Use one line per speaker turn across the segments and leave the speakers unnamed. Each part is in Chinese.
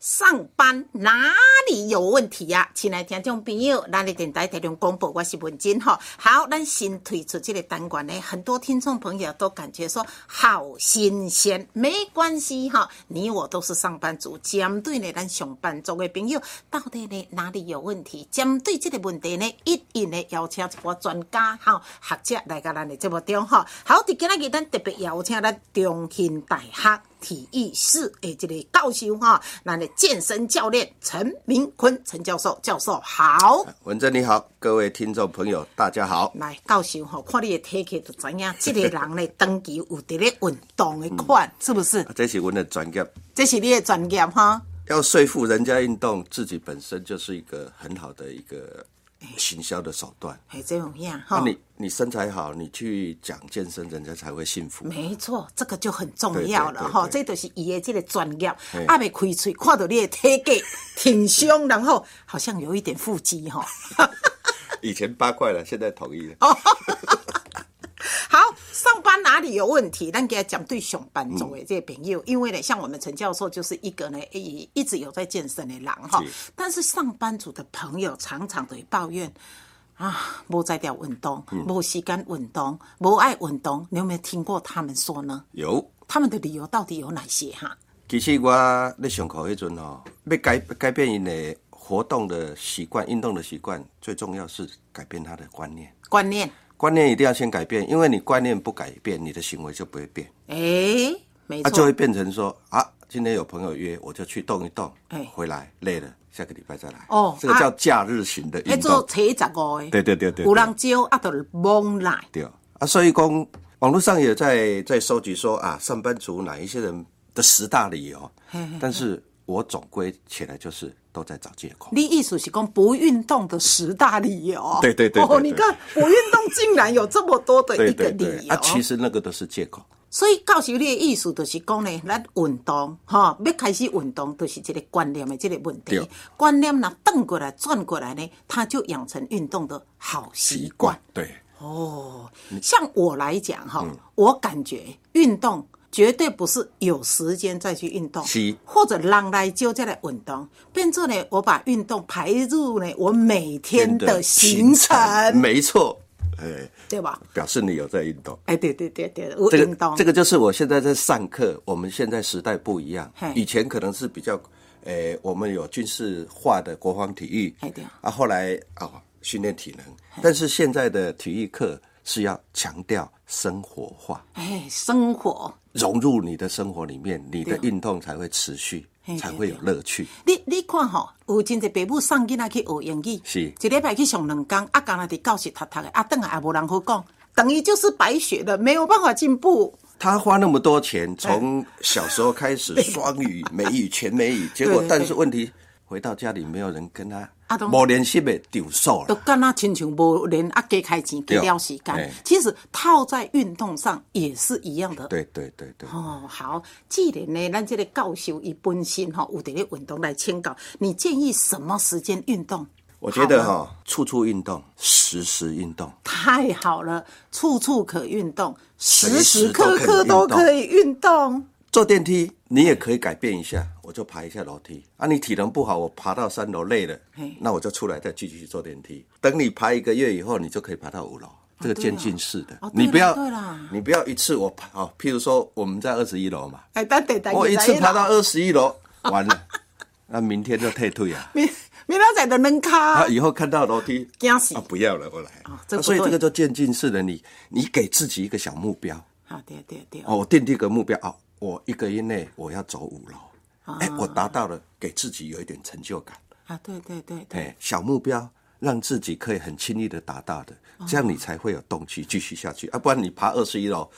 上班哪里有问题呀、啊？亲爱听众朋友，咱的电台台中广播，我是文珍吼。好，咱新推出这个单元呢，很多听众朋友都感觉说好新鲜，没关系哈，你我都是上班族，针对呢咱上班族的朋友，到底呢哪里有问题？针对这个问题呢，一一呢邀请一个专家吼学者来到咱的节目中吼。好，伫今日咱特别邀请咱中兴大学。体育室诶，这个教授哈，咱的健身教练陈明坤陈教授，教授好，
文珍你好，各位听众朋友大家好。
来，教授吼，看你的体格就知 影，这个人咧长期有伫咧运动的款，是不是？
啊这是我的专业，
这是你的专业哈。
要说服人家运动，自己本身就是一个很好的一个行销的手段。
哎，这种样
那
哈。
啊你你身材好，你去讲健身，人家才会信服。
没错，这个就很重要了哈，
对
这就是伊的这个专业
嘿。
阿未开嘴，看到你的体格挺胸，然后好像有一点腹肌哈。
以前八块了，现在统一了。
好，上班哪里有问题？咱给他讲对上班族的这些朋友，因为呢，像我们陈教授就是一个呢，一一直有在健身的人哈
是。
但是上班族的朋友常常都会抱怨啊，没在掉运动，
嗯
没时间运动，没爱运动。你有没有听过他们说呢？
有，
他们的理由到底有哪些哈？
其实我咧上课迄阵哦，要改改变因的活动的习惯、运动的习惯，最重要是改变他的观念。
观念，
观念一定要先改变，因为你观念不改变，你的行为就不会变，
哎、没
啊，就
错
会，变成说啊，今天有朋友约，我就去动一动，
哎
回来累了，下个礼拜再来。
哦
这个
啊
叫假日型的
要
运
做
动。
七十五的，
对对对对
有人招啊，就懵来，
对啊，所以讲网络上也在在收集说啊，上班族哪一些人的十大理由，但是我总归起来就是都在找借口。
你意思是讲不运动的十大理由？
对对对对
哦，你看不运动竟然有这么多的一
对
个
对
理
对，
由。
啊，其实那个都是借口。
所以教授你的意思就是讲呢，咱运动哈、要开始运动，就是这个观念的这个问题
对。
观念若转过来转过来呢，它就养成运动的好习惯。
对，
哦，像我来讲哈，
嗯
我感觉运动绝对不是有时间再去运动，
是
或者人来就再来运动，变作呢，我把运动排入呢我每天的行程，
没错，哎，
对吧？
表示你有在运动。
哎，对对对对，我
这
运
个
动，
这个就是我现在在上课。我们现在时代不一样
嘿，
以前可能是比较，诶、我们有军事化的国防体育
哎对，
啊，后来啊、训练体能，但是现在的体育课是要强调生活化，
哎，生活。
融入你的生活里面，你的运动才会持续
嘿，
才
对
会有乐趣。
你你看吼、有真侪爸母送囡仔去学英语，
是
一礼拜去上两工，啊，干那伫教室读读的，啊，等下也无人好讲，等于就是白学了，没有办法进步。
他花那么多钱，从小时候开始双语、美语、全美语，结果
对对
但是问题回到家里没有人跟他
啊都，
没联系的丢手
都
了。
干那亲像无人啊，加开钱，加
对
了时间
哎。
其实套在运动上也是一样的。
对对对对。
哦，好，既然呢，咱这个教授伊本身吼、有伫咧运动来请教，你建议什么时间运动？
我觉得哈、
好呢
处处运动，时时运动，
太好了，处处可运动，时
随
时
时
刻刻都
都
可
可
以运动。
坐电梯你也可以改变一下，我就爬一下楼梯啊。你体能不好，我爬到三楼累了
嘿，
那我就出来再继续坐电梯。等你爬一个月以后，你就可以爬到五楼。这
哦
个
对
渐
啦
进式的，
哦对
你不
啦
要
对啦，
你不要一次我爬哦。譬如说我们在二十一楼嘛，
哎，等等等，
我哦一次爬到
二，
二十一楼，完了， 那明天就退退啊。
明明仔载就能
啊，
卡。
以后看到楼梯，
惊死
啊，不要了，我来。
啊这不
所以
对
这个就渐进式的，你你给自己一个小目标，
啊，对对对，
哦，我定定个目标啊、哦，我一个月内我要走五楼，哎、我达到了，给自己有一点成就感，
啊，对对对对。
哎，小目标让自己可以很轻易的达到的，
哦
这样你才会有动机继续下去，啊，不然你爬二十一楼，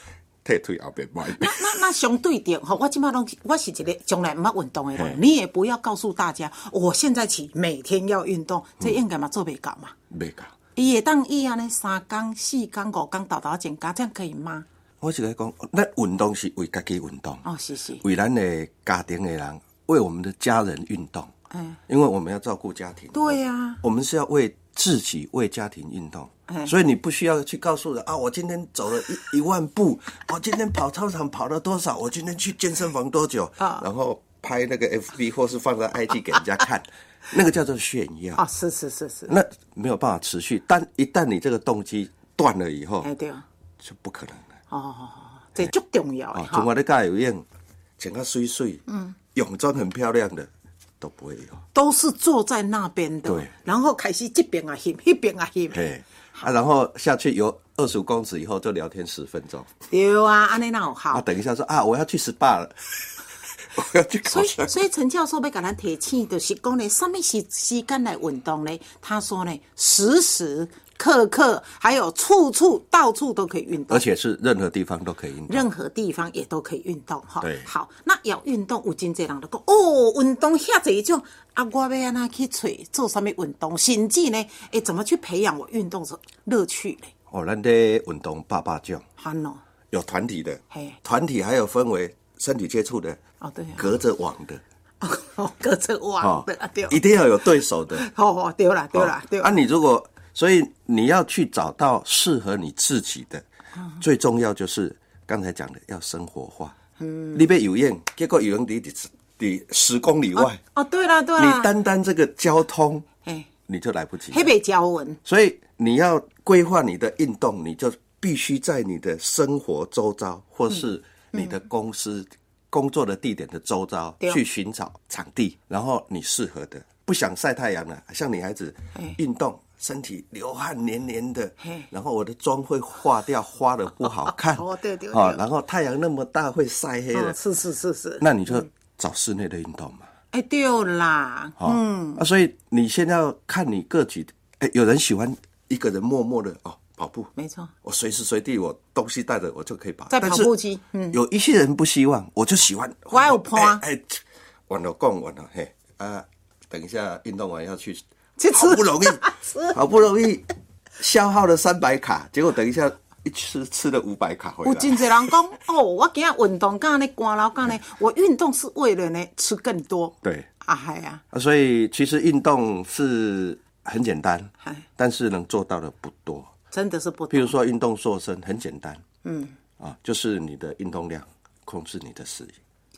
退退后边买。
那那那相对点吼，我今麦拢我是一个从来唔捌运动的
嘿
人，你也不要告诉大家，我现在起每天要运动，
嗯
这应该嘛做袂到嘛。
没搞，
伊会当伊安尼三工、四工、五工豆豆增加，这样可以吗？
我是来讲，那运动是为自己运动，
哦，是是，
为咱的家庭的人，为我们的家人运动，
哎
因为我们要照顾家庭。
对啊呀
我们是要为自己、为家庭运动
哎，
所以你不需要去告诉人啊，我今天走了
啊
一一万步，我今天跑操场跑了多少，我今天去健身房多久，然后。拍那个 FB 或是放在 IG 给人 家看，那个叫做炫耀。
哦，是是是是，
那没有办法持续，但一旦你这个动机断了以后，
哎对，哦
是不可能的。
哦，哦这足重要的
啊，
吼
中，华的盖有用，整个水水，嗯，泳装很漂亮的都不会有。
都是坐在那边的
对，
然后开始这边啊翕，那边啊翕，
嘿，啊，然后下去游二十五公尺以后就聊天十分钟，
对啊，安尼哪有
啊，
好？
等一下说啊，我要去 SPA 了， 我要去
所
烤
以
箱，
所以陈教授要甲咱提醒，就是讲呢，什么时时间来运动呢？他说呢，时时刻刻，还有处处到处都可以运动
而。且是任何地方都可以运动。
任何地方也都可以运动哈。
对
好，那要运动，有真济人就讲哦，运动遐侪种啊，我要安那去找做啥物运动，甚至呢，诶，怎么去培养我运动的乐趣呢？
哦，咱的运动爸爸叫
哈喏，
有团体的
嘿，
团体还有分为身体接触的，
哦对啊
隔着网的，
哦，隔着网的啊，对，
一定要有对手的，
哦哦，对 啦，对啦
哦，
对
啊，
啦，
你如果所以你要去找到适合你自己的，
嗯
最重要就是刚才讲的要生活化。嗯，你被有用，结果有人离你你十公里外，
哦，对啦，对
你
啦，
单单这个交通
哎，
你就来不及了。
黑白交文，
所以你要规划你的运动，你就必须在你的生活周遭，或
嗯
是你的公司工作的地点的周遭
对
去寻找场地，然后你适合的。不想晒太阳了，像女孩子
哎
运动，身体流汗黏黏的
嘿，。
然后我的妆会化掉，花的不好 看
哦对对
啊
对
然后太阳那么大会晒黑
哦，嗯
的，
是是是是，
那你就找室内的运动嘛。
哎，对啦，
哦、
嗯
啊，所以你现在要看你个体，哎，有人喜欢一个人默默的哦跑步，
没错，
我随时随地我东西带着我就可以跑，
在
但
跑
是
步机嗯
有一些人不希望，我就喜欢，
我还有啊伴
哎，哎完了讲完了嘿啊，等一下运动完要去，
去吃
好 不容易，好不容易消耗了三百卡，结果等一下一吃吃了五百卡回
有
来。
真侪人讲哦，我今日运动干呢，汗流干呢，我运动是为了呢吃更多。
对
啊，嗨啊，
啊，所以其实运动是很简单
嗨，
但是能做到的不多。
真的是不
譬
懂
如说运动塑身很简单，嗯，啊，就是你的运动量控制你的食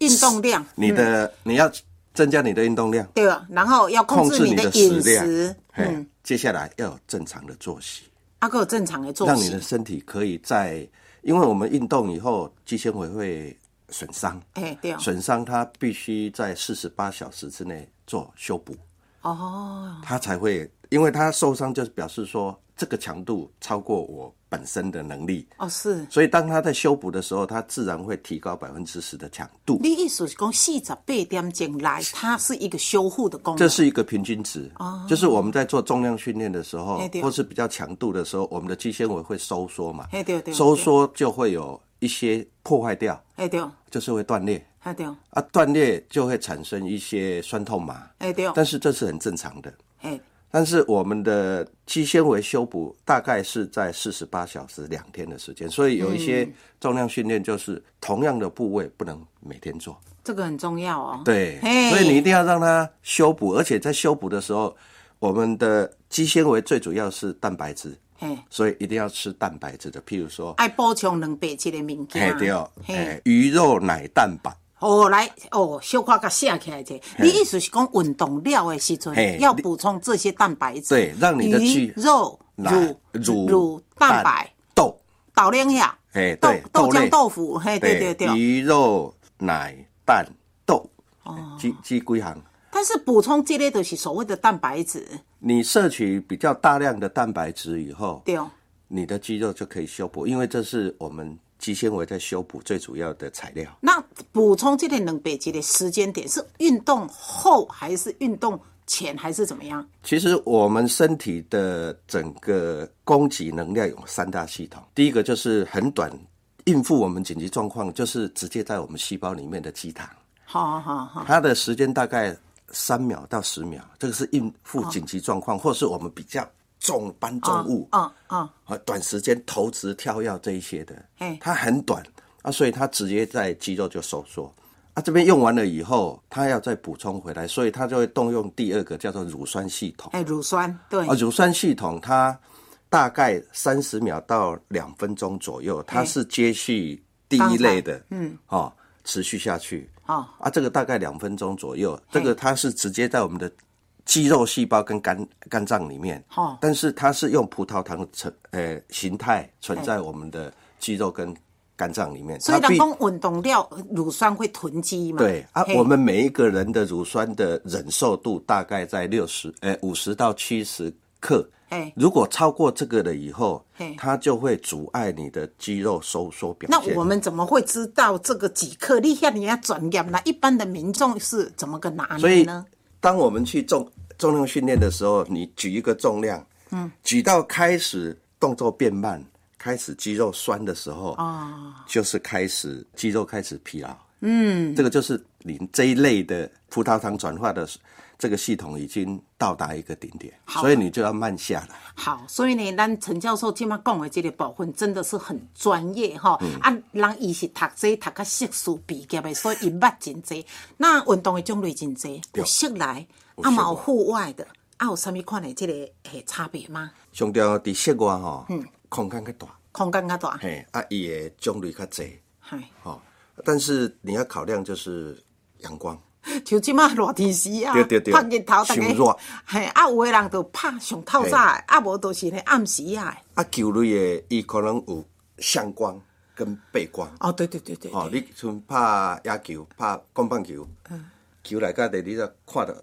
欲，
运动量，
你的、你要增加你的运动量，
对吧？然后要控
控
制
制
你的
的
饮
量，
食，嗯
嘿，接下来要有正常的作息，
啊，还有正常的作
让你
息
的。身体可以在，因为我们运动以后肌纤维会损伤，
哎，对哦，
损伤它必须在四十八小时之内做修补，
哦，
它才会，因为它受伤就是表示说这个强度超过我本身的能力，
哦是。
所以当它在修补的时候，它自然会提高百分之十的强度，
你意思是讲四十八点钟来，它是一个修护的功
这
能。
是一个平均值。就是我们在做重量训练的时候
哎对，
或是比较强度的时候，我们的肌纤维会收缩嘛
哎对对，对
收缩就会有一些破坏掉，
哎对哦，
就是会断裂
哎对哦，
啊，断裂就会产生一些酸痛麻，
哎对哦，
但是这是很正常的。
哎
但是我们的肌纤维修补大概是在四十八小时两天的时间，所以有一
嗯
些重量训练就是同样的部位不能每天做。
这个很重要哦。
对，
嘿
所以你一定要让它修补，而且在修补的时候，我们的肌纤维最主要是蛋白质，
嘿
所以一定要吃蛋白质的，譬如说，
爱补充两百七的物
哎
件。
对哦，
啊嘿。
哎鱼肉奶蛋白，
哦，来哦，小可甲写起来者。你意思是讲运动了的时
嘿
阵，要补充这些蛋白质，
对让你的肌
鱼肉、
奶
乳、
乳
乳蛋白、
豆，
豆类呀，
哎
豆
对
豆
豆
浆、
类
豆腐，嘿，对对对。哦
鱼肉奶蛋豆，鸡鸡归行。
但是补充这类就是所谓的蛋白质，
你摄取比较大量的蛋白质以后，
对哦，
你的肌肉就可以修补，因为这是我们肌纤维在修补最主要的材料。
那补充这类蛋白质的时间点是运动后还是运动前还是怎么样？
其实我们身体的整个供给能量有三大系统，第一个就是很短应付我们紧急状况，就是直接在我们细胞里面的肌糖，
好好好，
它的时间大概三秒到十秒，这个是应付紧急状况，或是我们比较重搬重物，
嗯嗯，
啊，短时间投掷、跳跃这一些的
嘿，
它很短啊，所以它直接在肌肉就收缩啊。这边用完了以后，它要再补充回来，所以它就会动用第二个叫做乳酸系统
哎，乳酸对
啊。，乳酸系统它大概三十秒到两分钟左右，它是接续第一类的，嗯，哦，持续下去。
哦
啊，这个大概两分钟左右，这个它是直接在我们的肌肉细胞跟肝肝脏里面，
哦
但是它是用葡萄糖的成呃形态存在我们的肌肉跟肝脏里面，
所以
它
人
必
讲运动了，乳酸会囤积嘛。
对啊，
嘿
我们每一个人的乳酸的忍受度大概在六十呃五十到七十克
嘿，
如果超过这个了以后
嘿，
它就会阻碍你的肌肉收缩表
那
现。
我们怎么会知道这个几克？你像你要专业啦，一般的民众是怎么个拿
所
捏
以
呢？，
当我们去重重量训练的时候，你举一个重量，嗯，举到开始动作变慢，开始肌肉酸的时候，
哦
啊，就是开始肌肉开始疲劳，嗯，这个就是你这一类的葡萄糖转化的这个系统已经到达一个顶点，所以你就要慢下来。
好，所以呢，咱陈教授今麦讲的这个部分真的是很专业哈、
嗯
啊，人伊是读这读个硕士毕业的，所以伊捌真多。那运动的种类真多，有室内，啊，
有室
嘛有户外的，啊，有啥物款的这个诶差别吗？
上吊伫哦室外吼，
嗯
空间较大，
空间较大，
嘿，啊，伊的种类较侪，
嗨，
哦，但是你要考量就是阳光。
像即麦热天时啊，
对对对
晒日头，大
太热
家嘿，啊，有的人就拍上透早的，啊，无就是咧暗时啊的。
啊，球类的伊可能有向光跟背光。
哦，对对对对，
哦，你像拍野球、拍棍棒球，
嗯
球来到地，你就看到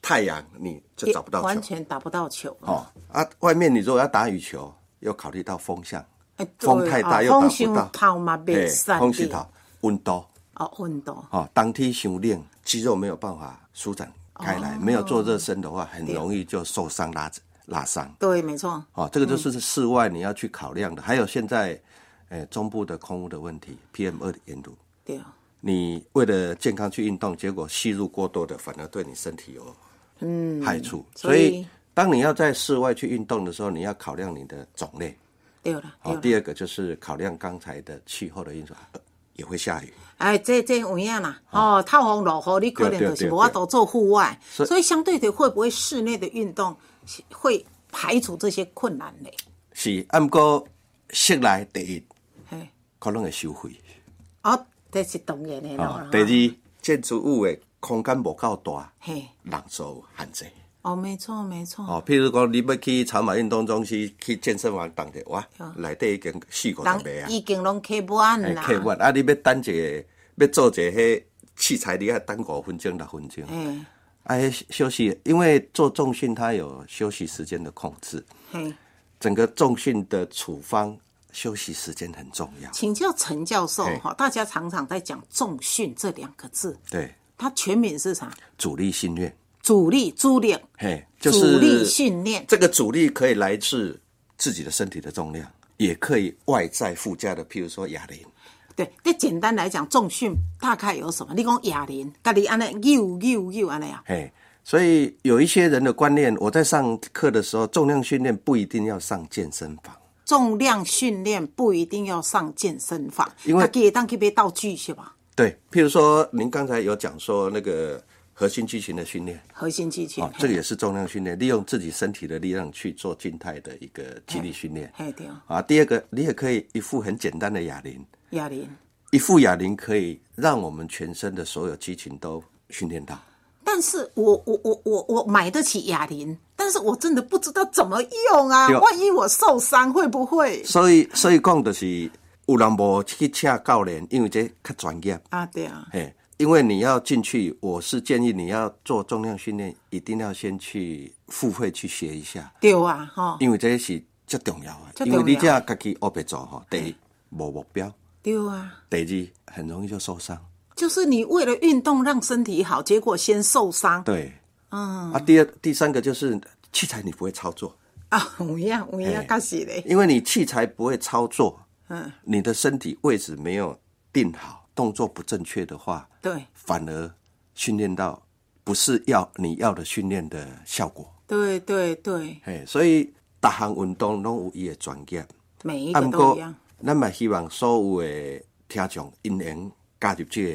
太阳，你就
对
找不到
完
球。
全打不到球。
哦，啊，外面你如果要打羽球，要考虑到风向
哎，对
风太大
哦
又打
风
不
伤
到。
头嘛不
嘿
散
风是
的
头温度。
哦，运动。
哦，当天伤冷，肌肉没有办法舒展开来，
哦
没有做热身的话，很容易就受伤拉拉伤。
对，没错。
哦，这个就是室外你要去考量的。还有现在，呃，中部的空污的问题，PM 二点五，
对，
你为了健康去运动，结果吸入过多的，反而对你身体有嗯害处。
所
所
以
以，当你要在室外去运动的时候，你要考量你的种类。
对啦，
好、
对啦。
第二个就是考量刚才的气候的因素，呃也会下雨。
哎，这这有影啦，哦，透风落雨，你可能
对对
就是
对
无法度做户外，
所以
所以相对的会不会室内的运动是会排除这些困难呢？
是，啊，不过室内第一
嘿，
可能会收费。
哦，这是当然的
啊、
啦。
第二建筑物的空间无够大，
嘿，
人数限制。
哦，没错没错，
哦，譬如讲，你要去长马运动中心去健身房等的，哇，内底已经四五十个
哦人
啊，
已经拢客满
哎，
啦。
客满啊，你要等一个，要做一个迄器材，你要等五分钟、六分钟，
哎，
啊，迄休息，因为做重训它有休息时间的控制，
嘿，
整个重训的处方休息时间很重要。
请教陈教授
嘿
哈，大家常常在讲重训这两个字，
对，
它全名是啥？
主力训练，
主力主力，
嘿，就
主
是
力训练。
这个阻力可以来自自己的身体的重量，也可以外在附加的，譬如说哑铃。
对，这简单来讲，重训大概有什么？你讲哑铃，家己安尼扭扭扭安尼啊，
嘿，所以有一些人的观念，我在上课的时候，重量训练不一定要上健身房。
重量训练不一定要上健身房，
因为
他可以当去买道具是吧？
对，譬如说您刚才有讲说那个核心肌群的训练
核心肌群，
啊，这个也是重量训练，利用自己身体的力量去做静态的一个肌力训练。
嘿对哦，
啊，第二个，你也可以一副很简单的哑铃，
哑铃。
一副哑铃可以让我们全身的所有肌群都训练到。
但是我我我我我买得起哑铃，但是我真的不知道怎么用啊！
对哦
万一我受伤会不会
所以所以讲就是有人无去请教练，因为这较专业，
啊？对啊，
嘿，因为你要进去，我是建议你要做重量训练，一定要先去付费去学一下，
对啊，哈，
因为这是最重要的，
这重
因
要
为你这样家己学白做吼，第一无目标，
对啊，
第二很容易就受伤，
就是你为了运动让身体好，结果先受伤
对，
哦
嗯，啊，第二第三个就是器材你不会操作，
啊！有影有影，
嘿
确实嘞。
因为你器材不会操作，嗯，你的身体位置没有定好，动作不正确的话，
对
反而训练到不是要你要的训练的效果。
对对对，
嘿，所以逐项运动拢有伊的专业，
每一
啊
个
不
都
过
一样。
咱嘛希望所有的听众因能加入这个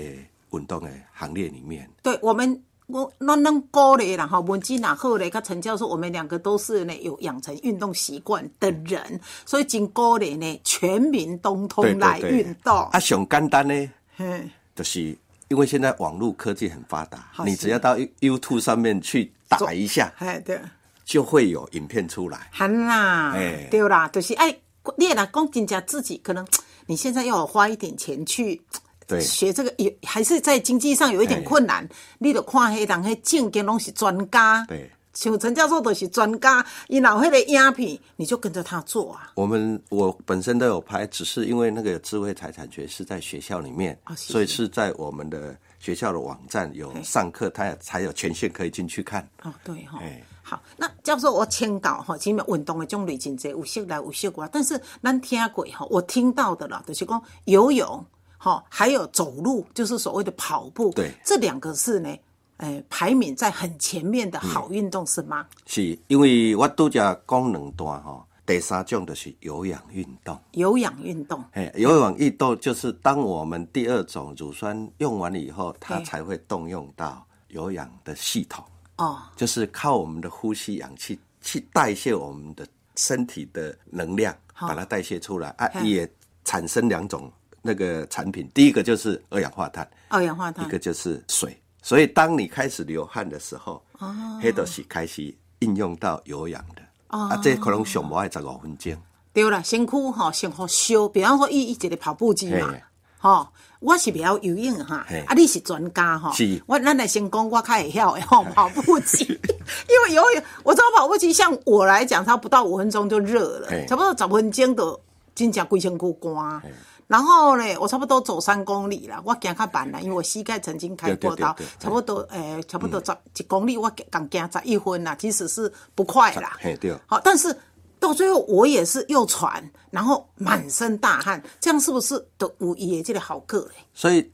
运动的行列里面。
对我们，我那能高嘞，然后文基哪后嘞，跟陈教授，我们两个都是呢有养成运动习惯的人，所以经高嘞呢，全民东通来运动。
啊啊，上简单呢，
嘿
就是因为现在网络科技很发达
好，
你
是
只要到 You- YouTube 上面去打一下，
哎对，
就会有影片出来。
喊啦
哎，
对啦，就是哎，你也若讲真正自己可能，你现在要有花一点钱去。
对
学这个也还是在经济上有一点
哎
困难，你得看迄人迄证件拢是专家，
对，
像陈教授都是专家，伊老迄个影片，你就跟着他做啊。
我们我本身都有拍，只是因为那个智慧财产权是在学校里面，
哦是
所以是在我们的学校的网站有上课，他也才有权限可以进去看。
哦，对吼、
哎
好，那教授我请教吼，其实运动的种类真侪，有熟来有熟外，但是咱听过吼，我听到的啦，就是讲游泳，吼，还有走路，就是所谓的跑步，
对
这两个是呢，诶、排名在很前面的好运动、是吗？
是因为我拄则讲两段吼，第三种就是有氧运动。
有氧运动，
嘿，有氧运动就是当我们第二种乳酸用完了以后，它
嘿
才会动用到有氧的系统，
哦，
就是靠我们的呼吸氧气去代谢我们的身体的能量，
好
把它代谢出来啊，
嘿
也产生两种那个产品，第一个就是二氧化碳，
二氧化碳
一，个就是水。所以当你开始流汗的时候，
哦
黑都是开始应用到有氧的，啊，这可能上无爱十五分钟。
对啦，身躯吼先互烧，比方说伊伊一个跑步机嘛
嘿，
吼、我是袂晓游泳的哈
嘿，
啊你是专家吼
是，
我咱来先讲我较会晓的吼跑步机， 因为游泳我知道跑步机像我来讲，它不到五分钟就热了
嘿，
差不多十分钟就真正规身躯干。然后呢，我差不多走三公里啦，我行较慢啦，因为我膝盖曾经开
对对
过刀
对对，对
差不多诶、呃差不多
嗯
十、一公里我刚行十一分啦，其实是不快啦。
嘿对
好，但是到最后我也是又喘，然后满身大汗，这样是不是都无疑这个好个嘞？
所以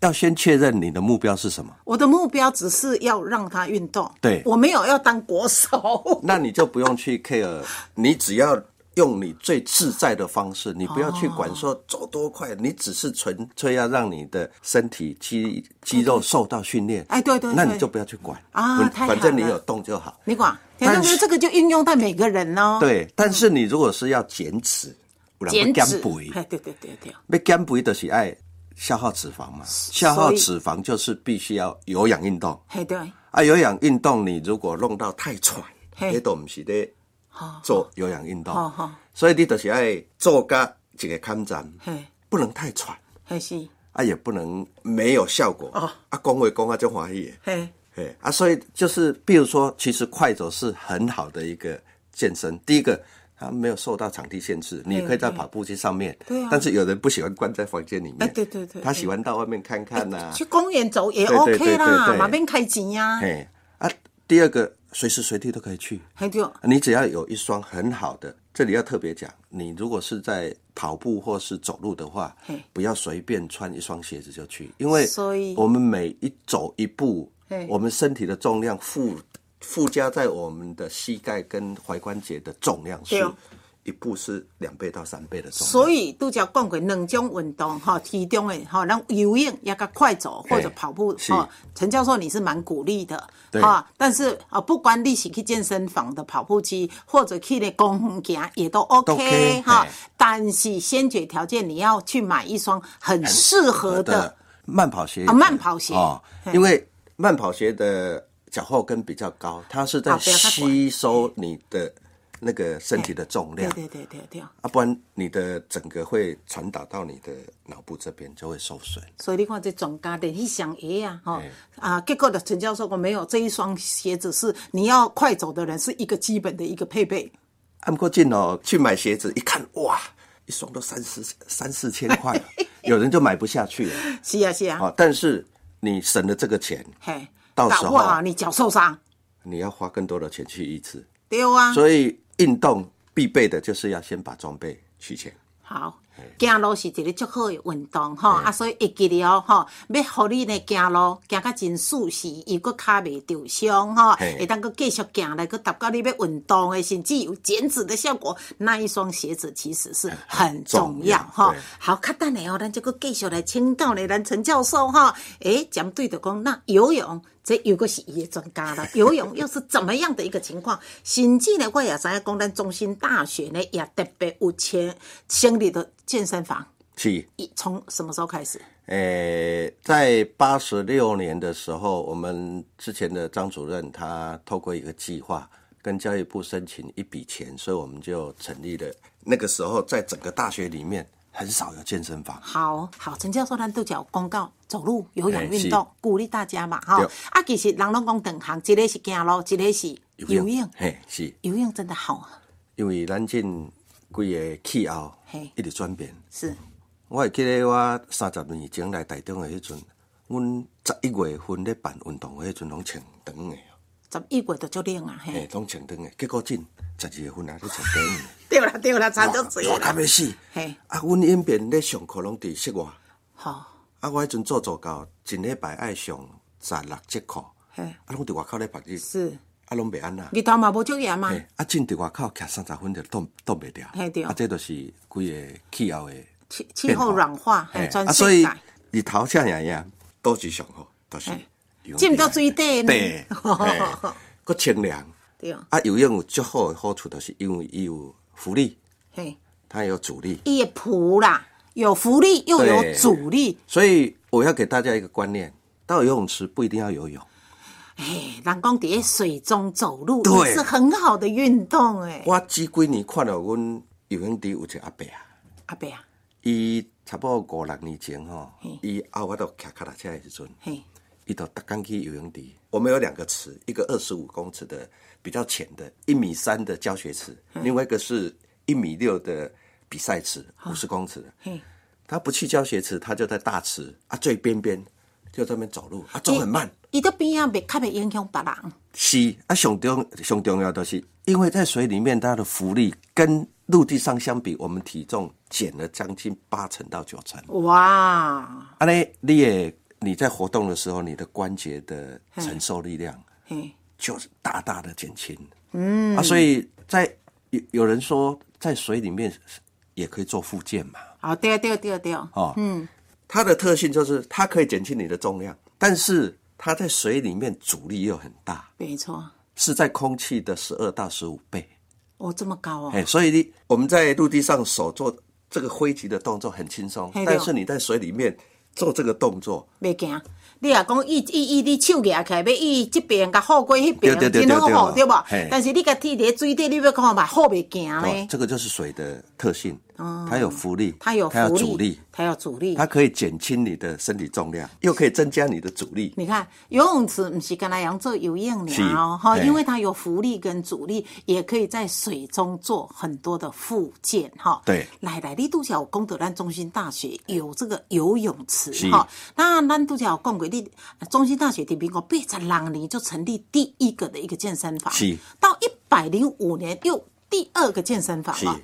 要先确认你的目标是什么，
我的目标只是要让他运动，
对
我没有要当国手。
那你就不用去 care，你只要用你最自在的方式，你不要去管说走多快，你只是纯粹要让你的身体肌肌肉受到训练。
哎对对对
那你就不要去管
啊
反
太好了
反正你有动就好。
你管，
但
但是
是
这个就运用在每个人哦。，
对，但是你如果是要减脂，不然
减
要
脂
减肥，
哎，对对对对，
要减肥就是爱消耗脂肪嘛，消耗脂肪就是必须要有氧运动。
哎对，
啊，有氧运动你如果弄到太喘，
嘿
你都唔是咧做有氧运动
好好，
所以你就是爱做加一个抗战，
嘿，
不能太喘，
嘿是，
啊也不能没有效果
哦，
啊讲话讲啊就欢喜的，
嘿，
嘿啊，所以就是比如说，其实快走是很好的一个健身，第一个。它没有受到场地限制，你可以在跑步机上面。
对啊
但是有人不喜欢关在房间里
哎
面。
对对对
他
对
喜欢到外面看看呐、
去公园走也
啊对对
OK
对
啦，
对对
嘛免开钱呀，
嘿啊，第二个随时随地都可以去。
哎对，
你只要有一双很好的，这里要特别讲，你如果是在跑步或是走路的话
嘿，
不要随便穿一双鞋子就去，因为
所以
我们每一走一步
嘿，
我们身体的重量附附加在我们的膝盖跟踝关节的重量
对
是
哦
一步是两倍到三倍的重量。
所以拄则讲过两种运动哈，其中的哈，咱游泳也甲快走
嘿
或者跑步
是
哈。陈教授你是蛮鼓励的
对
哈，但是啊，不管你是去健身房的跑步机，或者去那公园行，也都 OK
OK，
哈
嘿。
但是先决条件你要去买一双很适合的，
慢跑鞋也
啊
可以
慢跑鞋
哦
嘿，
因为慢跑鞋的脚后跟比较高，它是
啊
在
不要太短
吸收你的那个身体的重
对
量，
对对对对。
啊，不然你的整个会传导到你的脑部这边，就会受损。
所以你看这专家连去双鞋啊，吼
哎
啊，结果的陈教授我没有这一双鞋子是你要快走的人是一个基本的一个配备。
按过进哦，去买鞋子一看，哇，一双都三四三四千 块，有人就买不下去了。
是啊是啊，
啊，但是你省了这个钱，
嘿，
到时
搞
候
不好你脚受伤。
你要花更多的钱去医治。
对啊，
所以运动必备的就是要先把装备取钱。
好，行路是一个足好的运动吼，啊，所以会记了吼，要互你呢行路行较真舒适，又搁骹袂受伤吼，
嘿
会当搁继续行来，搁达到你要运动的，甚至有减脂的效果。那一双鞋子其实是很重要
重要
吼
对。
好，较等下哦，咱就搁继续来请教呢，咱陈教授吼，诶，针对着讲那游泳。这又个是伊的专家了，游泳又是怎么样的一个情况？甚至呢，我也知影讲咱中心大学呢也特别有钱成立的健身房，
是，
一从什么时候开始？
诶、在八十六年的时候，我们之前的张主任他透过一个计划跟教育部申请一笔钱，所以我们就成立了。那个时候，在整个大学里面很少有健身房，
好好，陈教授，咱都有公告走路、有氧
哎
运
是
动，鼓励大家嘛，哈
对。
啊，其实人拢讲两项，一个是行路，一个是游泳。
嘿，是
游泳真的好啊，
因为咱进规个气候
嘿
一直转变。
是
我会记得我三十年前来台中的迄阵，阮十一月份咧办运动会迄阵拢穿长的，
十一月就足冷啊，
嘿
嘿。，
拢穿长的。结果进十二月份啊，咧穿短的。
对啦对啦，差足多
热
啦
到。要哦死。
嘿
啊，阮因边咧上课拢伫室外，
好，
啊，我迄阵做做到一礼拜爱上十六节课，
嘿
啊，拢伫外口咧白日，
是
啊，拢袂安那。
日头嘛无足炎嘛，
嘿，啊，真伫外口徛三十分就冻冻袂掉。
嘿对
啊，这就是规个气候的
气气
变化
候软化，
嘿
嘿，全
啊，所
世
以
界。
日头赤炎炎，都是上好，都是
嘿
游泳。
浸到水底呢
对，嘿佮清凉。
对，哦
啊，游泳有足好的好处，就是因为伊有浮力，
嘿，
它有阻力。
伊的浮啦，有浮力又有
对
阻力，
所以我要给大家一个观念：到游泳池不一定要游泳。
哎，人讲在水中走路
对
也是很好的运动哎。
我这几年看到阮游泳池有一个阿伯啊，
阿伯啊，
伊差不多五六年前吼
嘿，
伊啊我都骑脚踏车的时阵，
嘿，
伊都逐工去游泳池。我们有两个池，一个二十五公尺的比较浅的，一米三的教学池，另外一个是一米六的比赛池，五十公尺的。
嘿，
他不去教学池，他就在大池啊最边边，就在那边走路啊，走很慢。
伊在边啊，袂较袂影响别人。
是啊，上重上重要的是，因为在水里面，它的浮力跟陆地上相比，我们体重减了将近八成到九成。
哇，
啊嘞，你也你在活动的时候，你的关节的承受力量
嘿，
就是大大的减轻。嗯啊，所以在有有人说，在水里面也可以做复健嘛。
哦，对对对对，
哦，嗯，它的特性就是它可以减轻你的重量，但是它在水里面阻力又很大，
没错，
是在空气的十二到十五倍。
哦，这么高哦，
哎，所以你我们在陆地上手做这个挥击的动作很轻松
嘿，对
但是你在水里面做这个动作，
袂惊。你若讲伊伊伊你手举起来，要伊这边甲好过迄边，
对对对
真好好，对
对对
无
嘿？
但是你甲踢在水底，你要看嘛，好袂惊
哦
呢，？
这个就是水的特性，它有浮力，
它有
它有
浮
阻力，
它有阻力
它。可以减轻你的身体重量，又可以增加你的阻力。
你看游泳池不是跟他样做游泳
是
了哦，哈，
嘿
因为它有浮力跟阻力，也可以在水中做很多的复健哈。
对
来来，你拄则有讲到咱中心大学有这个游泳池
是
哈，那咱拄则有讲过，你呃中心大学伫民国八十六年就成立第一个的一个健身房，
是
到一百零五年又第二个健身房
是
啊。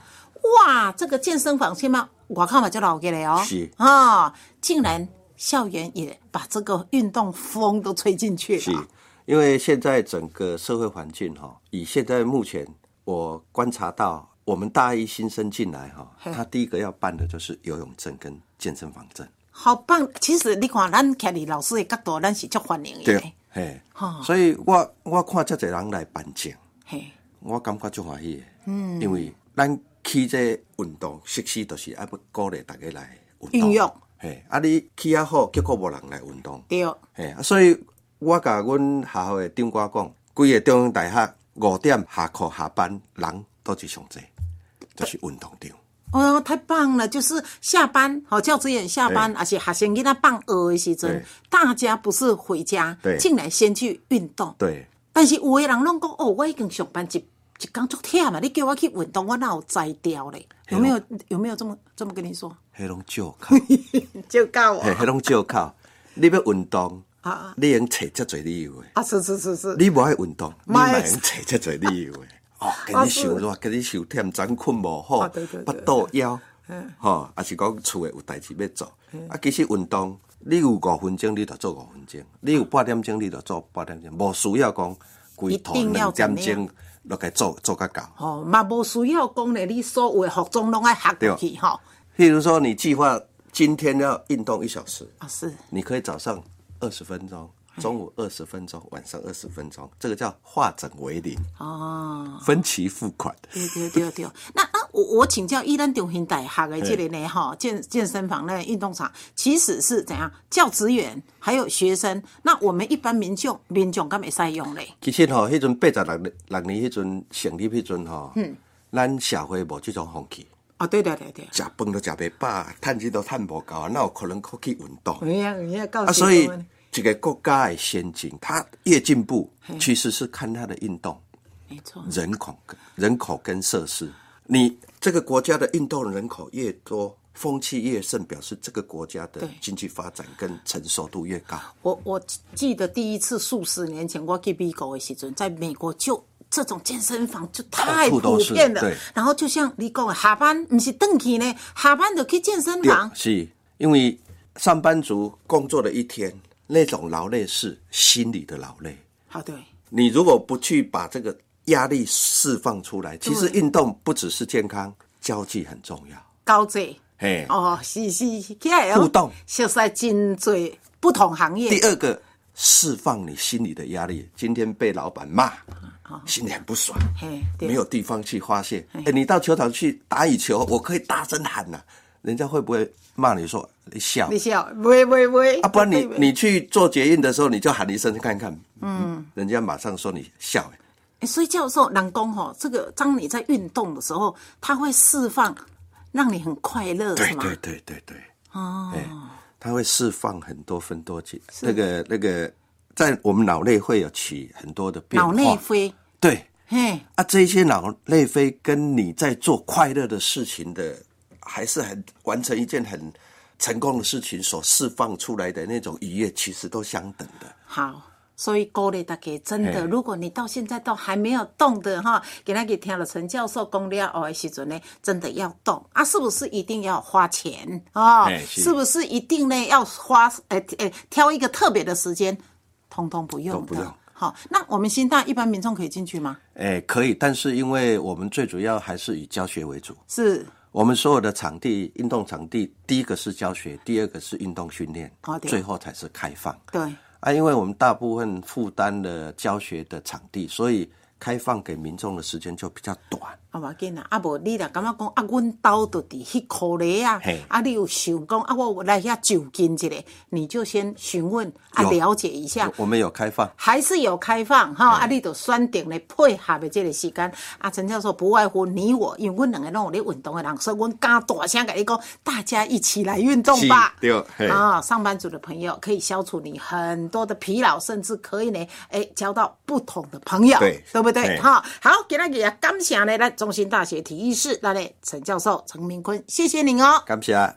哇，这个健身房现在我看嘛就老给了哦，
是
啊、竟然校园也把这个运动风都吹进去
是
了。
因为现在整个社会环境哈，以现在目前我观察到，我们大一新生进来哈，
嘿
他第一个要办的就是游泳证跟健身房证。
好棒！其实你看，咱徛伫老师的角度，咱是足欢迎的。
对，嘿
哈，
所以我我看遮侪人来办证，
嘿，
我感觉足欢喜的。嗯，因为咱起这运动设施，就是爱要鼓励大家来运动。
运用
嘿，啊你起啊好，结果无人来运动。
对，
嘿，啊所以我甲阮学校的长官讲，规个中央大学五点下课下班人都是上济，就是运动场。
哦，太棒了！就是下班，好教职员下班，而且学生给他放学的时阵
对，
大家不是回家，
对
进来先去运动。
对，
但是有的人拢讲，哦，我已经上班一一工足忝啊，你叫我去运动，我哪有摘掉嘞？有没有有没有这么这么跟你说？
迄拢借口，
就告我
嘿，迄拢借口。你要运动
啊啊，
你用找遮侪理由的。
啊，是是是是，
你无爱 运动，你
嘛
嘛
会
用找遮侪理 由诶。哦，今日
是
受热，今日受忝，昨困无
啊
好，
对对对嗯
腹肚枵，吼，啊是讲厝诶有代志要做。啊，其实运动，你有五分钟，你就做五分钟；你有八点钟，你就做八点钟，无需要讲规
一
套
定要怎
两点
么样
钟落去做做甲到。
哦，嘛无需要讲咧，你所有的服装拢爱学过去吼。
譬如说，你计划今天要运动一小时，
啊，是
你可以早上二十分钟，
嗯
中午二十分钟，晚上二十分钟，这个叫化整为零，
哦，
分期付款。
对对对对。那啊，我我请教伊咱中兴大学的这个呢哈健健身房呢运动场，其实是怎样教职员还有学生，那我们一般民众民众敢会使用嘞？
其实吼、迄阵八十六六年迄阵成立迄阵吼，咱社会无即种风气，
哦，对对对对，
食饭都食袂饱，趁钱都趁无够啊，哪有可能去去运动？
有影有影，告
啊，
诉
所
我
以
们
一个国家的先进，它越进步，其实是看它的运动
没错，
人口跟、人口跟设施。你这个国家的运动人口越多，风气越盛，表示这个国家的
对
经济发展跟成熟度越高。
我我记得第一次数十年前我去美国的时阵，在美国就这种健身房就太
到处
普
都是
遍了
对。
然后就像你讲的，下班不是回去呢，下班就去健身
对
房，。
是因为上班族工作了一天，那种劳累是心理的劳累。
好对，
你如果不去把这个压力释放出来，其实运动不只是健康，交际很重要。
高姐。
嘿，
哦，是是，起来哦
互动
熟悉真侪不同行
第
业。
二个，释放你心里的压力。今天被老板骂，心里很不爽，
哦嘿，对
没有地方去发泄。哎，你到球场去打羽球，我可以大声喊呐、人家会不会骂你说你笑
你？笑，喂喂喂，
啊，不然你
喂喂
你去做捷运的时候，你就喊一声看看，嗯，人家马上说你笑。
欸所以教授，南宫吼，这个当你在运动的时候，它会释放，让你很快乐，
对
是吗？
对对对对，哦，哎，它会释放很多分多精，那个那个，在我们脑内会有起很多的变化。
脑内啡，
对
嘿，
啊，这些脑内啡跟你在做快乐的事情的，还是很完成一件很成功的事情所释放出来的那种愉悦，其实都相等的。
好。所以鼓励大家，真的，
嘿
如果你到现在都还没有动的哈，给那个听了陈教授讲了哦的时阵呢，真的要动啊！是不是一定要花钱哦
嘿？是
是不是一定呢要花？呃呃，挑一个特别的时间，通通不用
都
的。
不用
好，那我们新大一般民众可以进去吗？
哎，可以，但是因为我们最主要还是以教学为主。
是
我们所有的场地，运动场地，第一个是教学，第二个是运动训练
好，的
最后才是开放。
对，
啊，因为我们大部分负担了教学的场地，所以开放给民众的时间就比较短。
啊，无要紧啦，啊无你若感觉讲啊，阮兜就伫迄块咧啊
嘿，
啊你有想讲啊，我有来遐就近一下，你就先询问啊，
有
了解一下
我。我们有开放，
还是有开放哈，啊，你就选定咧配合的这个时间。啊，陈教授不外乎你我，因为阮两个拢有咧运动的人，所以阮敢大声甲你讲，大家一起来运动吧。
是对嘿
啊，上班族的朋友可以消除你很多的疲劳，甚至可以呢，哎、交到不同的朋友，
对
对不对？
嘿
哈，好，今天也感谢呢，咱中心大学体育室，咱的陈教授陈明坤，谢谢您哦。
感谢。啊